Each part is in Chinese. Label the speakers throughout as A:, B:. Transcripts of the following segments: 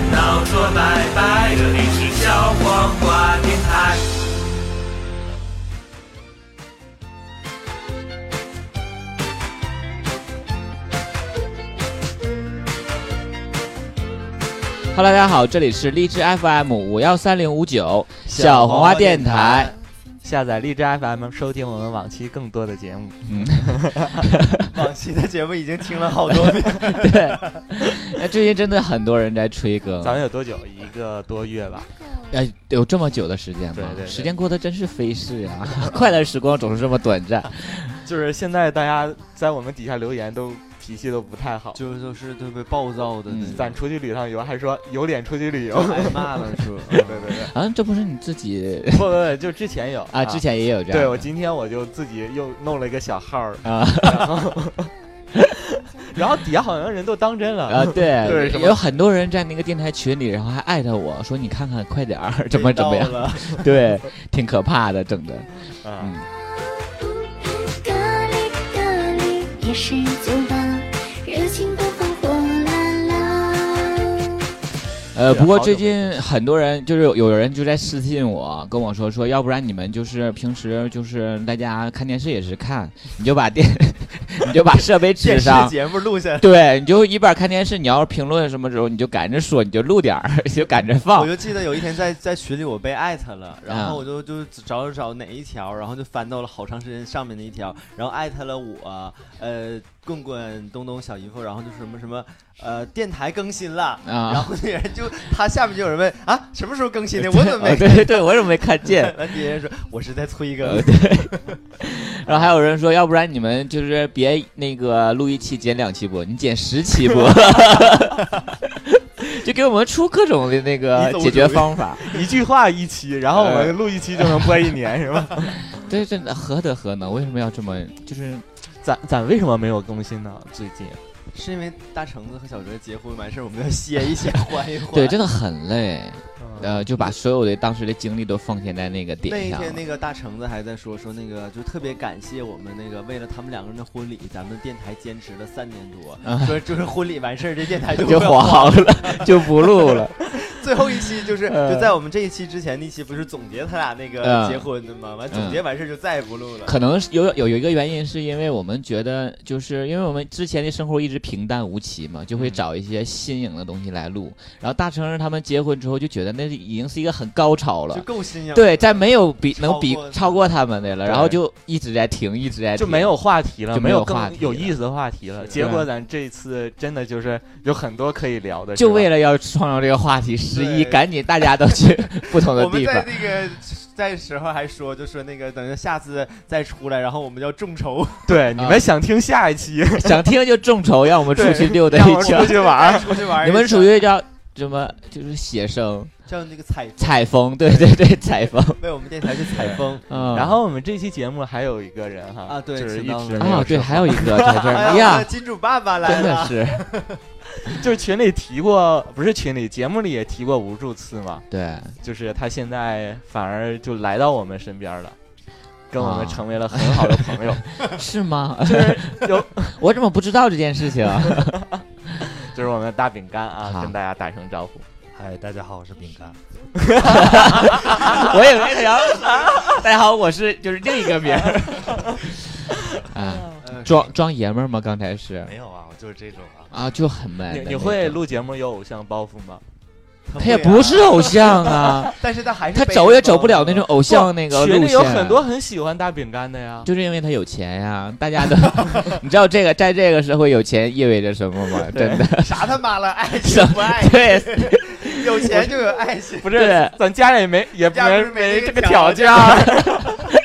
A: 了拜拜，这里是小黄瓜电台。
B: Hello，大家好，这里是荔枝 FM 五幺三零五九
C: 小
B: 黄
C: 黄
B: 花
C: 花
B: 电
C: 电
B: 台
C: 台。下载荔枝 FM 收听我们往期更多的 节目。
B: 嗯
C: 往期的节目已经听了好 多遍，
B: 对，那最近真的很多人在催更，
C: 咱们有多久？一个多月吧。
B: 哎，有这么久的时间吗？
C: 对对对
B: 时间过得真是飞逝呀、 快乐时光总是这么短 暂。
C: 就是现在大家在我们底下留言都脾气都不太好，
D: 就就是特别暴躁的
B: 嗯
C: 咱出去旅趟游还说有脸出去旅游。
D: 挨骂 了说，
C: 对对对，
B: 啊，这不是你自己
C: 不不不，就之前有
B: 啊？之。前也有这样的。
C: 对我今天我就自己又弄了一个小号儿，
B: 啊
C: 然后然后底下好像人都当真了
B: 啊，对，
C: 对什么
B: 有很多人在那个电台群里，然后还艾特我说：“你看看，快点儿，怎么怎 么样
C: 到了？”
B: 对，挺可怕的，整的。
C: 啊
B: 嗯，
E: 咖喱咖喱也是酒吧，热情奔放火辣辣。
B: 呃，
C: 是
B: 不过
C: 好
B: 最
C: 久没
B: 近很多人就是有有人就在私信我，跟我说说，要不然你们就是平时就是大家看电视也是看，你就把电 你就把设备
C: 电
B: 支
C: 视
B: 上。
C: 节目录下来，
B: 对，你就一边看电视，你要是评论什么时候，你就赶着说，你就录点儿，你就赶着
D: 我
C: 哦
B: 放。
D: 就记得有一天在 在群里我被艾特了，
C: 嗯
D: 然
B: 啊
D: 后我就就找找找哪一条，然后就翻到了好长时间上面那一条，然后艾特了我，呃，棍棍、东东、小姨夫，然后就什么什么，呃，电台更新了，
B: 啊
D: 然后那人就他下面就有人问啊，什么时候更 新的？我怎么没
B: 哦？对对对，我怎么没看见？
D: 完别人说我是在催
B: 呃
D: 更，
B: 对。然后还有人说，要不然你们就是别那个录一期剪两期播，你剪十 期播， 就给我们出各种的那个
C: 你走
B: 解决
C: 主意
B: 方法。
C: 一句话一期，然后我们录一期就能播一年，是吧？
B: 对，真的何德何能？为什么要这么就是
C: 咱咱为什么没有更新呢？最近
D: 是因为大橙子和小哲结婚完事儿，我们要歇一歇，缓一缓。
B: 对，真的很累，
C: 呃
B: 呃，就把所有的当时的精力都奉献在那个
D: 嗯那
B: 点
D: 一
B: 上了。
D: 天，那个大橙子还在说说那个，就特别感谢我们那个为了他们两个人的婚礼，咱们电台坚持了三年多，
C: 啊
D: 说就是婚礼完事儿，这电 台就
B: 就
D: 会黄。
B: 黄了， 就不录了。
D: 最后一期就是
B: 呃
D: 就在我们这一期之前，那期不是总结他俩那个
B: 嗯
D: 结婚的吗？完总结完事儿就再也不录了。
B: 可能是有有一个原因，是因为我们觉得，就是因为我们之前的生活一直平淡无奇嘛，
D: 嗯
B: 就会找一些新颖的东西来录。然后大成人他们结婚之后，就觉得那已经是一个很高潮
D: 就
B: 了。
D: 够新颖。
B: 对，再没有比
D: 超
B: 能比
D: 过
B: 超过他们的了，然后
C: 对
B: 就一直在停，一直在
C: 就
B: 停
C: 没有话题了，
B: 就没
C: 没
B: 有话
C: 更
B: 题
C: 有
B: 了
C: 意思的话题了。
D: 是
C: 结果咱这次真的就是有很多可以聊的，
B: 就为
C: 了
B: 了要创造这个话题，十
D: 对
B: 一赶紧大家都去不同的
D: 我们
B: 地
D: 在
B: 方。
D: 那个在时候还说，就说那个等着下次再出来，然后我们要众筹，
C: 对你
D: 啊
C: 们想听下一期，
B: 想听就众筹，让我们出
C: 对
B: 去溜达
C: 让我
B: 一
C: 们
B: 圈
C: 出。去 玩儿。
D: 出去玩儿一
B: 你
D: 下。
B: 们属于叫什么？就是写生、
D: 叫那个采
B: 采风，对对对，采风。
D: 为我们电台去采风。
B: 嗯，
C: 然 后我们这期节目还有一个人哈，
D: 啊对
C: 就是一
D: 请到
C: 直
D: 了
C: 没有
B: 啊，对，
C: 说
B: 还有一个在这儿，
D: 哎
B: 哎
D: 呀，我们的
B: 呀，
D: 金主爸爸来
B: 真
D: 了
B: 的。是，
C: 就是群里提过，不是群里，节目里也提过无数次嘛。
B: 对，
C: 就是他现在反而就来到我们身边了，跟我
B: 啊
C: 们成为了很好的 朋友。
B: 是吗？
C: 有
B: 我怎么不知道这件事情？啊
C: 就是我们的大饼干啊，
B: 好
C: 跟大家打声招呼。
F: 嗨，哎大家好，我是饼干。
B: 我也没想。大家好，我是就是另一个名儿。 啊，
D: 呃
B: 装装爷们儿吗？刚才是
F: 没有啊，我就是这种啊。
B: 啊，就很 man 的
C: 你
B: 那种。
C: 你会录节目有偶像包袱吗？
D: 他
B: 他也
D: 会啊
B: 不是，偶像啊，
D: 但是他还是
B: 他
D: 被
B: 走也
D: 人
B: 走不了
D: 包
B: 那种
D: 了。
B: 偶像那个
C: 群
B: 路
C: 里有
B: 线。
C: 很多很喜欢大饼干的呀。
B: 就是因为他有钱呀，大家都， 你知道这个在这个社会有钱意味着什么吗？真 的，
D: 啥他妈了，爱情不爱情，
B: 对，
D: 有钱就有爱 情。
C: 不是
B: 对，
C: 咱家也没也
D: 家不
C: 没
D: 是没这
C: 没这
D: 个
C: 个
D: 条
C: 条件。啊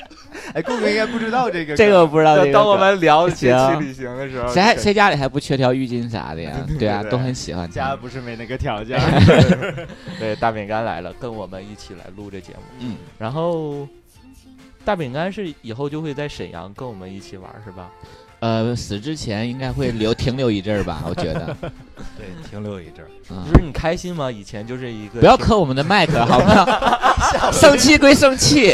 D: 哎，顾哥应该不知道这个
B: 这
D: 梗
B: 个不知道这
C: 等
B: 个。
C: 等我们聊这期
B: 行
C: 旅行的时候，
B: 谁还
C: 对
B: 谁家里还不缺条浴巾啥的呀？对啊，
D: 对
B: 都很喜欢
D: 家
B: 他。
D: 不是没那个条 件。
C: 对大饼干来了，跟我们一起来录这节目。
B: 嗯，
C: 然后大饼干是以后就会在沈阳跟我们一起玩儿是吧？
B: 呃，死之前应该会留停留一阵儿吧，我觉 得。
F: 对，停留一阵儿。
B: 嗯
C: 就是你开心吗？以前就是一个
B: 不要磕我们的麦克，好不好？生气归生气，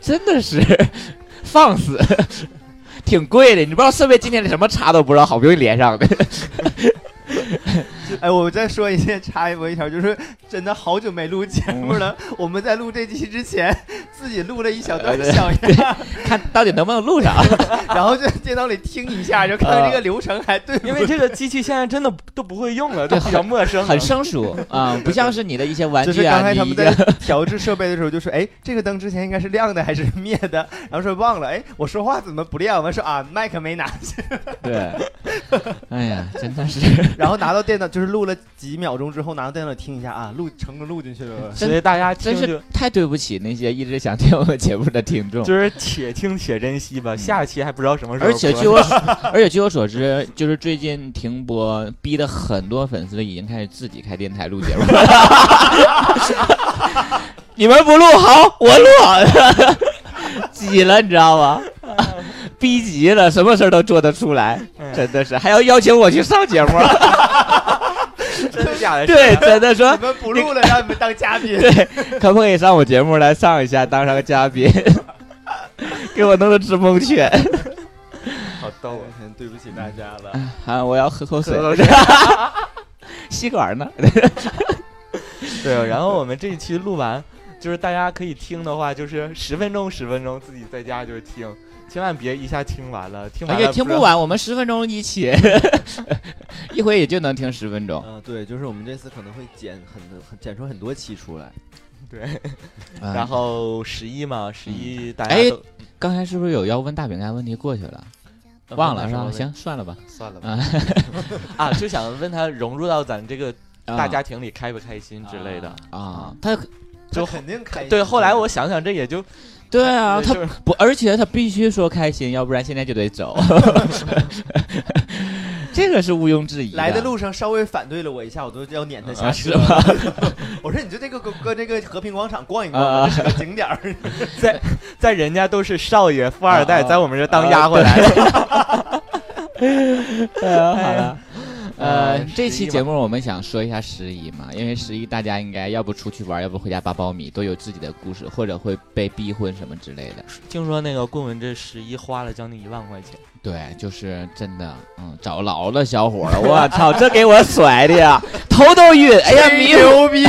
B: 真的是放肆，挺贵的。你不知道设备今天什么叉都不知道，好不容易连上的。
D: 哎，我再说一件插播一条，就是真的好久没录节目了。
B: 嗯
D: 我们在录这期之前，自己录了一小
B: 呃
D: 段小样，
B: 看到底能不能录上。
D: 然后就电脑里听一下，就看看这个流程还对不
C: 因为这个机器现在真的都不会用了，都比较陌生了，
B: 很生疏啊，不像是你的一些玩
D: 就是
B: 具
D: 刚
B: 啊，
D: 才
B: 你
D: 他
B: 一
D: 们在
B: 个
D: 调制设备的时候，就说：“哎，这个灯之前应该是亮的还是灭的？”然后说忘了，哎，我说话怎么不亮？完说啊，麦克没拿 去。
B: 对，哎呀，真的是，
D: 然后拿到电脑，就是录了几秒钟之后，拿到电脑听一下啊，录成功录进去了。
C: 所以大家听
B: 真
C: 就是
B: 太对不起那些一直想听我们节目的听众。
C: 就是且听且珍惜吧，下期还不知道什么时候
B: 而
C: 播。
B: 且据我，而且据我所知，就是最近停播，逼得很多粉丝已经开始自己开电台录节目了。 你们不录好，我录 好了，急了，你知道吗？逼急了，什么事儿都做得出来，真的是还要邀请我去上节目， 啊
C: 真的假的？
B: 对，真的说
D: 你们不录了，让你们当嘉 宾。
B: 对，可不可以上我节目来上一下，当上个嘉 宾，给我弄个直蒙圈？
C: 好逗啊！
D: 哦对不起大家了。
C: 嗯
B: 啊，我要喝口水
C: 喝 口。
B: 吸管呢？
C: 对，然后我们这一期录完，就是大家可以听的话，就是十分钟十分钟自己在家就是听，千万别一下听完了，听完
B: 而
C: 了
B: 且哎听
C: 知
B: 不
C: 道。
B: 完，我们十分钟一期， 一回也就能听十分钟。
D: 嗯、对，就是我们这次可能会剪很多，很剪出很多期出来。
C: 对，
B: 然
C: 然
B: 后
C: 后十一嘛，十一大
B: 哎
C: 家都
B: 啊刚才是不是有要问大饼干问题过去了？
C: 呃
B: 忘了
C: 问
B: 是
C: 他
B: 吧？
C: 什么
B: 行，算了吧。
F: 算了 吧。
B: 啊，
C: 问啊，就想问他融入到咱这个大
B: 啊
C: 家庭里开不开心之类的。
B: 啊，他
C: 就
D: 肯定开心
C: 对，后来我想想，这也就呃
B: 对啊，他
C: 就是
B: 不，而且他必须说开心，要不然现在就得 走。这个是毋庸置疑
D: 来的路上稍微反对了我一下，我都要撵他下
B: 啊
D: 车。
B: 是吗？
D: 我说你就这个搁搁这个和平广场逛一
B: 啊
D: 逛吧，这是个景点儿。
C: 在人家都是少爷富二代，
B: 啊
C: 在我们这当丫鬟来了。
B: 呃，好了。呃
C: 呃，
B: 这
C: 十一
B: 期
C: 吧
B: 节目我们想说一下十一嘛，因为十一大家应该要不出去玩，要不回家扒苞米，都有自己的故事，或者会被逼婚什么之类的。
C: 听说那个棍棍这十一花了将近一万块钱，
B: 对，就是真的，嗯，找老了小伙 儿，我操，这给我甩的呀， 头都晕，哎呀，迷糊
D: 牛逼！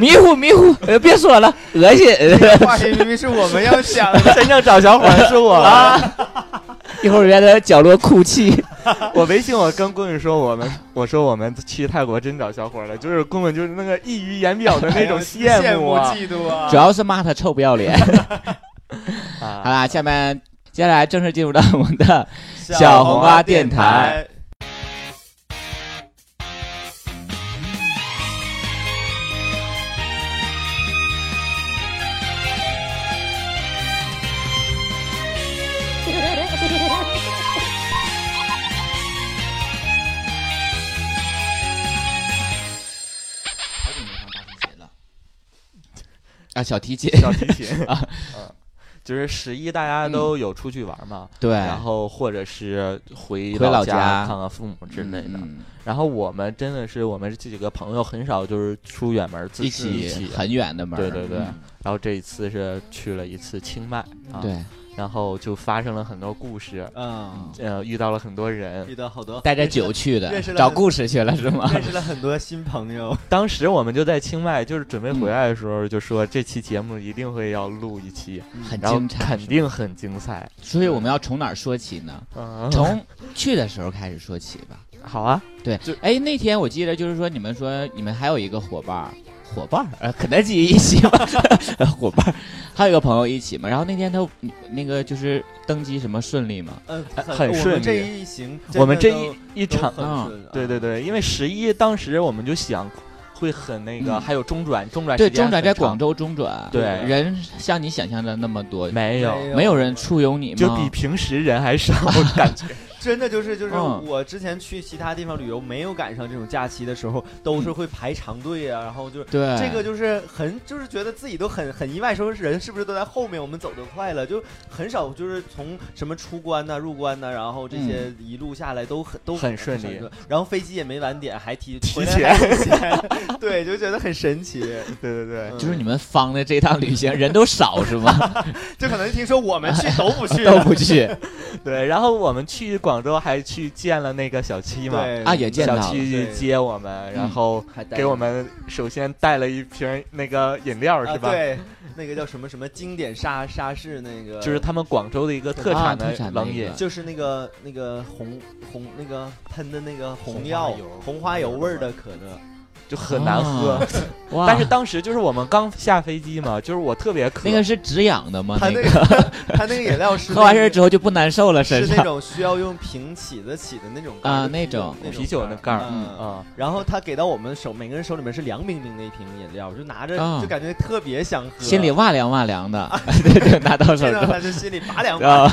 B: 迷糊迷糊，呃，别说了，恶心，
D: 这个话题明明是我们要想的。
C: 真正找小伙儿是我 啊！
B: 一会儿别在角落哭泣。
C: 我微信我跟棍棍说我们，我说我们去泰国真找小伙儿了，就是棍棍就是那个溢于言表的那种
D: 羡
C: 慕啊！
D: 嫉妒啊！
B: 主要是骂他臭不要脸。 好
C: 啊
B: 啦，下面接下来正式进入到我们的，小
D: 小
B: 红
D: 红
B: 花
D: 花
B: 电
D: 电
B: 台
D: 台。
B: 好久没放大提琴了啊，小提琴，
C: 小提琴 啊，就是十一大家都有出去玩嘛，
B: 对，
C: 然后或者是嗯回
B: 回老
C: 老
B: 家
C: 看看父母之类的。
B: 嗯
C: 然后我们真的是我们这几个朋友很少就是出远门自
B: 一
C: 己一起啊
B: 起，很远的门儿，
C: 对对对
B: 嗯
C: 然后这一次是去了一次清迈啊，
B: 对，
C: 然后就发生了很多故事，
D: 嗯，
C: 呃，遇到了很多人。
D: 遇到好多
B: 带着酒去的
D: 认，识了
B: 找故事去了是吗？
D: 认识了很多新朋 友。
C: 当时我们就在清迈，就是准备
B: 嗯
C: 回来的时候，就说这期节目一定会要录一期，
B: 很
C: 然后
B: 精彩，
C: 肯定很精彩。
B: 所以我们要从哪儿说起呢？
C: 嗯，
B: 从去的时候开始说起吧。
C: 好啊，
B: 对
C: 就，
B: 哎，那天我记得就是说，你们说你们还有一个伙伴儿，伙伴儿，呃，肯德基一起吧， 伙伴儿，还有一个朋友一起嘛。然后那天他你那个就是登机什么顺利嘛，
D: 嗯，
C: 很
D: 我
C: 顺
D: 们
C: 利
D: 这一行真的都，
C: 我们这一一
D: 都
C: 场，
D: 很
B: 啊
D: 顺啊
C: 对对对，因为十一当时我们就想会很那个，
B: 嗯
C: 还有中转，中转
B: 对，
C: 时间
B: 中转在
C: 很长
B: 广州中转，
C: 对
B: 人像你想象的那么多，
C: 没有，
B: 没有人簇拥你吗？
C: 就
D: 哦
C: 比平时人 还少，感觉
D: 真的就是就是
B: 嗯
D: 我之前去其他地方旅游没有赶上这种假期的时候，都是会排长队啊，然后就是。
B: 对
C: 哎
D: 这个就是很，就是觉得自己都很很意外，说人是不是都在后面，我们走得快了，就很少就是从什么出关呐、入关呐、然后这些一路下来都很都
C: 嗯很顺利，
D: 然后飞机也没晚点，还提
C: 提
D: 回来还提前对，就觉得很神奇。
C: 对对对，
D: 嗯
B: 就是你们方的这趟旅行人都少 是吗？
C: 哎
D: 就可能听说我们去都不去
B: 都
D: 了，
B: 不去，
C: 对，然后我们去广广州还去见了那个小七嘛，
D: 对嗯
B: 啊也见到
C: 小
B: 了
C: 七去接我们，然后
D: 还带
C: 给我
D: 着
C: 们首先带了一瓶那个饮料是吧？
D: 啊、，对，那个叫什么什么经典沙沙士那个，
C: 就是他们广州的一个特产
B: 啊特产那
C: 的
B: 个
C: 冷饮，
D: 就是那个那个红红那个喷的那个
F: 红
D: 红
F: 花
D: 药
F: 油
D: 红花
C: 嗯
D: 油味儿的可乐，
C: 就很难喝。
B: 啊哇，
C: 但是当时就是我们刚下飞机嘛，就是我特别渴，
B: 那个是止痒的吗？
D: 他
B: 啊那
D: 那个他那个饮料是
B: 喝完事
D: 那
B: 儿
D: 个
B: 之后就不难受了，身
D: 是那
B: 上
D: 种需要用瓶起子起的那种
B: 啊
D: 就
B: 那
D: 啤酒
B: 种
D: 那
C: 啤酒那
D: 盖
C: 盖
D: 儿
C: 儿
D: 嗯
C: 啊，
D: 然后他给到我们手，每个人手里面是凉冰冰的一瓶饮料，就拿着
B: 啊
D: 就感觉特别想喝，
B: 心里哇凉哇凉 的，对对，拿到手
D: 这
B: 之
D: 让
B: 后
D: 他就心里拔 凉拔
B: 啊，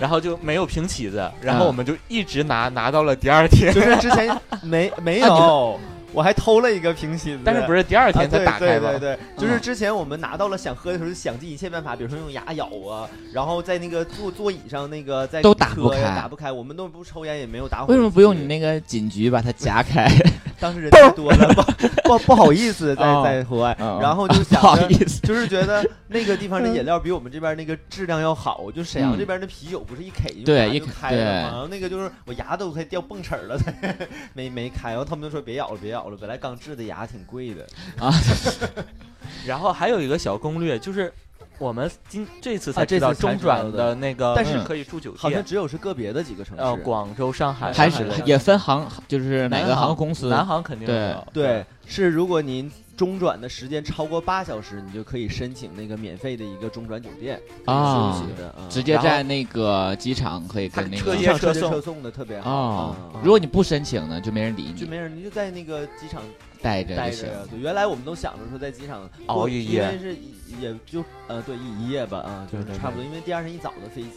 C: 然后就没有瓶起子，然后
B: 嗯
C: 我们就一直拿，拿到了第二天，
D: 就是之前 没没有，我还偷了一个瓶洗子，
C: 但是不是第二
D: 啊
C: 天才打开
D: 对对
C: 吗？
B: 嗯
D: 对对，就是之前我们拿到了想喝的时候，就想尽一切办法，比如说用牙咬啊，然后在那个座座椅上那个在
B: 都
D: 车
B: 打不
D: 呀
B: 开
D: 打不开。我们都不抽烟，也没有打火机。
B: 为什么不用你那个锦局把它夹开？
D: 当时人太多了，不 不不好意思，在
B: 哦
D: 在国外，
B: 哦
D: 然后就
B: 不
D: 想
B: 好
D: 着
B: 意思，
D: 就是觉得那个地方的饮料比我们这边那个质量要好，就沈阳这边的啤酒不是一 K 就
B: 嗯对
D: 马上
B: 一
D: 就
B: K-
D: 开了
B: 对
D: 嘛，然后那个就是我牙都快掉蹦齿儿了， 才没没开，然后他们就说别咬了，别咬了，本来刚治的牙挺贵的，
C: 然后还有一个小攻略就是。我们今这次
D: 啊
C: 才
D: 这
C: 知道
D: 次才
C: 中
D: 知道
C: 转
D: 的
C: 的那个，嗯
D: 但
B: 是哦
C: 可以住酒
D: 好像
C: 店，
D: 只有是个别的几个城市。
C: 呃，广州、上海，
B: 还
C: 上
B: 是
C: 海
B: 也分航，就是哪个
C: 南
B: 航
C: 航
B: 空公司？
C: 南航肯定
B: 对
C: 有，
D: 对，是如果您中转的时间超过八小时，你就可以申请那个免费的一个中转酒店可以
B: 啊
D: 休息的，啊
B: 直接
C: 然后
B: 在那个机场可以跟那
C: 它
B: 个
C: 车
D: 机
C: 接
D: 场车
C: 车送
D: 车送的特别好。
B: 哦
D: 啊，
B: 如果你不申请呢，就没人理
D: 就
B: 你，
D: 没人，你就在那个机场
B: 待着
D: 待
B: 就
D: 着
B: 行。
D: 呀。对，原来我们都想着说在机场
C: 熬
D: 过
C: 一
D: 因为
C: 夜
D: 是一也就呃对一一夜吧啊，就
C: 对对
D: 是
C: 对
D: 差不多，因为第二天一早的飞机。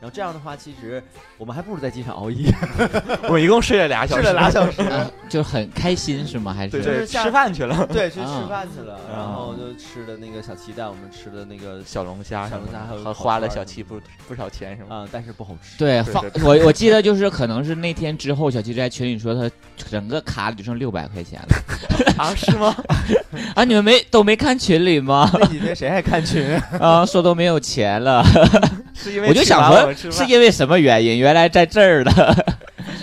D: 然后这样的话，其实我们还不如在机场熬一夜，
C: 我一共睡了俩小
D: 睡
C: 时，
D: 了俩小时。
B: 啊，就很开心是吗？还是
C: 对
D: 就是
C: 对，
D: 下
C: 吃饭去了，
D: 对，去吃
B: 啊
D: 饭去了，然后就吃的那个小鸡蛋，我们吃的那个
C: 小龙虾什么的，
D: 小龙虾还有
C: 还
D: 烤
C: 花了
D: 串儿
C: 小
D: 什
C: 七
D: 么
C: 不
D: 的
C: 不少钱什么的。
D: 啊，但是不好吃。
B: 对，
C: 对
B: 放
C: 对对
B: 我我记得就是可能是那天之后，小七在群里说他整个卡里就剩六百块钱了
C: 啊，是吗？
B: 啊！你们没都没看群里吗？
D: 那几天谁还看群？
B: 啊，说都没有钱了，
C: 是因为
B: 我就
C: 吃完
B: 想
C: 我
B: 说
C: 吃
B: 是
C: 饭
B: 因为什么原因？原来在这儿了，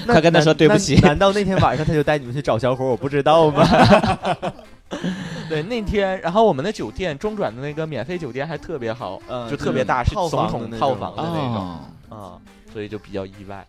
B: 快跟他说对不起
D: 难道那天晚上他就带你们去找小伙？我不知道吗？
C: 对那天，然后我们的酒店中转的那个免费酒店还特别好，
D: 嗯
C: 就特别大，是
D: 套
C: 总
D: 房的
C: 统
D: 那
C: 套
D: 种
C: 房的那种
B: 哦，
C: 啊，所以就比较意外。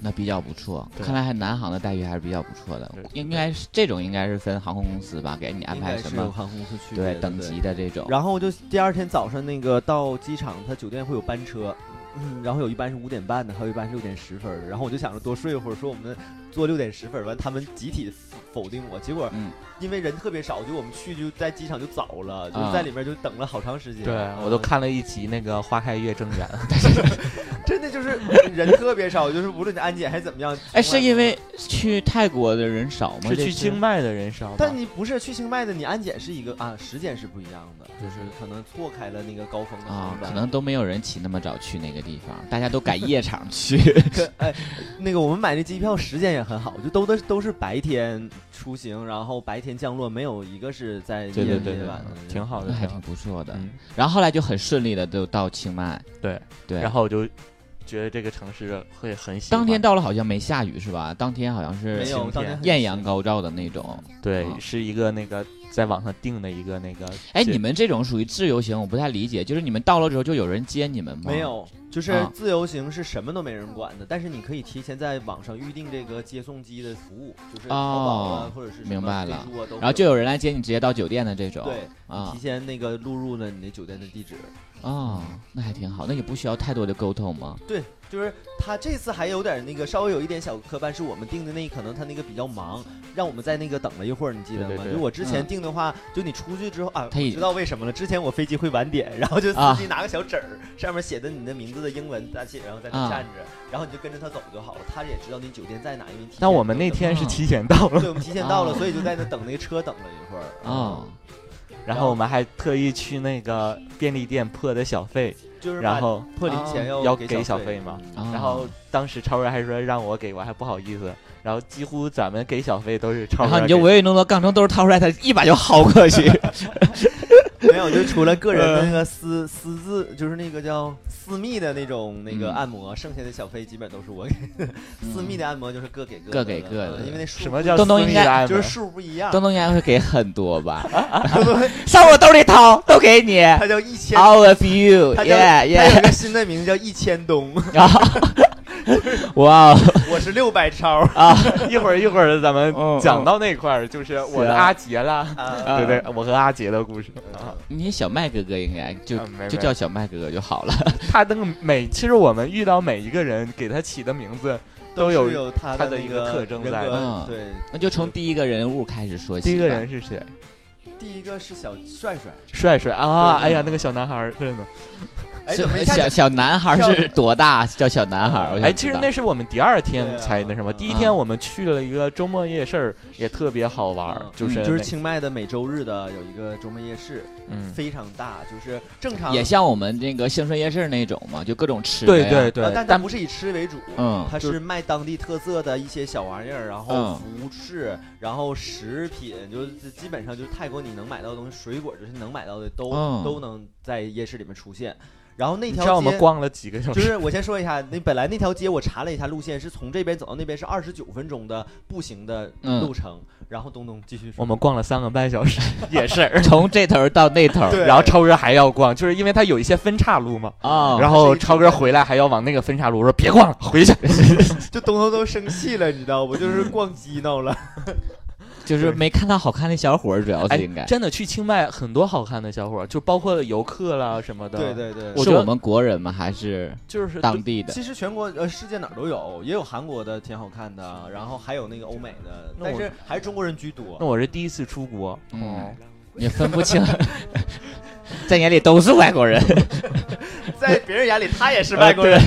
B: 那比较不错。
C: 对
B: 看来还南航的待遇还是比较不错的
C: 对，对
B: 应该是这种应该是分航空公司吧，给你安排什么
D: 航空公司去
B: 对等级的这种。
D: 然后就第二天早上那个到机场，他酒店会有班车，嗯，然后有一班是五点半的，还有一班是六点十分的。然后我就想着多睡一会儿，说我们坐六点十分，完他们集体否定我。结果
B: 嗯
D: 因为人特别少，就我们去就在机场就早了，就
B: 啊
D: 在里面就等了好长时间。
C: 对
D: 嗯
C: 我都看了一集那个《花开月正圆》，
D: 真的就是人特别少，就是无论你安检还是怎么样。
B: 哎，是因为去泰国的人少吗？
C: 是
B: 这
C: 去清迈的人少吧，
D: 但你不是去清迈的，你安检是一个啊，时间是不一样的，
C: 就是
D: 可能错开了那个高峰的航
B: 啊，
D: 班
B: 可能都没有人起那么早去那个地方，大家 都赶夜场去。
D: 可哎，那个我们买那机票时间也很好，就都的都是白天出行，然后白天降落，没有一个是在夜
C: 对对对
D: 夜
C: 对
D: 晚的，
C: 挺好的
B: 那，还
C: 挺
B: 挺
C: 好的
B: 不错的。
C: 嗯，
B: 然后后来就很顺利的都到清迈，
C: 对。
B: 对。
C: 然后我就觉得这个城市会很喜欢。
B: 当天到了好像没下雨是吧？当天好像
D: 没
B: 是
D: 有
C: 晴
D: 当天
C: 天
D: 很
B: 艳阳高照的那种。
C: 对
B: 啊，
C: 是一个那个在网上订的一个那个。
B: 哎，
C: 这
B: 你们这种属于自由行，我不太理解，就是你们到了之后就有人接你们吗？
D: 没。有，就是
B: 啊
D: 自由行是什么都没人管的，但是你可以提前在网上预定这个接送机的服务，就是淘宝啊、
B: 哦
D: 或者是什么
B: 明白了
D: 飞猪啊都会
B: 然后就有人来接你，直接到酒店的这种。
D: 对。你
B: 啊
D: 提前那个录入了你的酒店的地址，
B: 哦，那还挺好，那也不需要太多的沟通嘛。
D: 对，就是他这次还有点那个，稍微有一点小磕绊，是我们定的那，可能他那个比较忙，让我们在那个等了一会儿，你记得吗？
C: 对对对
D: 就我之前
B: 嗯
D: 定的话，就你出去之后啊，
B: 他
D: 我
B: 已
D: 知道为什么了。之前我飞机会晚点，然后就司
B: 啊
D: 机拿个小纸儿，上面写的你的名字的英文大写，然后在那
B: 啊
D: 站着，然后你就跟着他走就好了。他也知道你酒店在哪，因为你提前
C: 但我们那
D: 等
C: 天是
B: 啊
C: 提前到了，
D: 对，我们提前到了，
B: 啊
D: 所以就在那等那个车等了一会儿。
C: 啊
B: 哦，
C: 然后我们还特意去那个便利店破的小费，
D: 就是把
C: 然后
D: 破零钱
B: 啊
D: 要
C: 要
D: 给
C: 给小
D: 费
C: 费啊嘛
D: 嗯
B: 然
C: 然后当时超人还说让我给，我还不好意思。然后几乎咱们给小费都是超
B: 然
C: 人
B: 后
C: 给，
B: 你就唯唯诺诺，杠成都是掏出来，他一把就薅过去。
C: 嗯
D: 没有，就除了个人的那个私私自，就是那个叫私密的那种那个
B: 嗯
D: 按摩，剩下的小费基本都是我给。私密的按摩就是各给各的，
B: 各给各的
D: 嗯因为那数
C: 什么叫
B: 东东
C: 私密
B: 应该
C: 的爱
D: 就是
C: 吗
D: 数不一样，
B: 东东应该会给很多吧？上我兜里掏，都给你。
D: 它叫一千，
B: All of you,
D: 它叫它
B: yeah,
D: 有
B: yeah
D: 个新的名字叫一千东，
B: 啊！哇哦
D: 我是六百超
B: 啊！
C: 一会儿一会儿咱们
B: 嗯
C: 讲到那块儿，就是我的
B: 行
C: 阿杰啦，
D: 啊，
B: 啊
C: 对对，我和阿杰的故事。啊
B: 你小麦哥哥应该就
C: 啊没
B: 就
C: 没
B: 叫小麦哥哥就好了。
C: 他那个每，其实我们遇到每一个人给他起的名字都
D: 是
C: 有。
D: 有它
C: 它
D: 的
C: 的
D: 那
C: 一个
D: 个
C: 特征
D: 人
C: 在
D: 格
B: 嗯
D: 对，
B: 那就从第一个人物开始说起吧。
C: 第一个人是谁？
D: 第一个是小帅帅，
C: 帅帅啊！
D: 对
C: 哎呀，那个小男孩儿，真 的。
D: 哎，
B: 是
D: 怎么一下
B: 小小男孩是多大？叫小男孩。我想
C: 哎，其实
B: 知道
C: 那是我们第二
D: 对啊
C: 天才那什么，
D: 嗯
C: 第一天我们去了一个周末夜市，也特别好玩儿
D: 嗯，
C: 啊就是
D: 就是
C: 那
D: 清迈的每周日的有一个周末夜市，
C: 嗯，
D: 非常大，就是正常
B: 也像我们那个兴顺夜市那种嘛，就各种吃的
C: 对
B: 呀。
C: 对
D: 呃
C: 对，
D: 但它不是以吃为主，
B: 嗯
D: 它
C: 就是
D: 卖当地特色的一些小玩意儿，然后
B: 嗯
D: 服饰，然后食品，就是基本上就是泰国你能买到的东西，水果就是能买到的都、
B: 嗯
D: 都能在夜市里面出现。然后那
C: 你
D: 条
C: 知道我们
D: 街
C: 逛了几个小
D: 就
C: 时？
D: 是我先说一下，那本来那条街我查了一下路线，是从这边走到那边是二十九分钟的步行的路程。然后东东继续说，
C: 我们逛了三个半 小时夜市儿，
B: 从这头到那头。
D: 对
C: 然后超哥还要逛，就是因为他有一些分岔路嘛。
B: 啊，
C: 然后超哥回来还要往那个分岔路，我说别逛了，回去。
D: 就东东都生气了，你知道不？就是逛激闹了。
B: 就是没看到好看的小伙儿，主要
C: 哎
B: 是应该。，
C: 真的去清迈很多好看的小伙儿，就包括游客啦什么的。
D: 对，对对，
C: 我
B: 是
C: 觉得
B: 我们国人吗？还是
C: 就是
B: 当地的？
D: 其实全国呃世界哪儿都有，也有韩国的挺好看的，然后还有那个欧美的，
C: 那
D: 但
C: 我
D: 是还是中国人居
C: 那
D: 多。
C: 我是第一次出国，哦
B: 嗯，也分不清， 在眼里都是外 国人。
D: 在别人眼里，他也是
C: 外国人。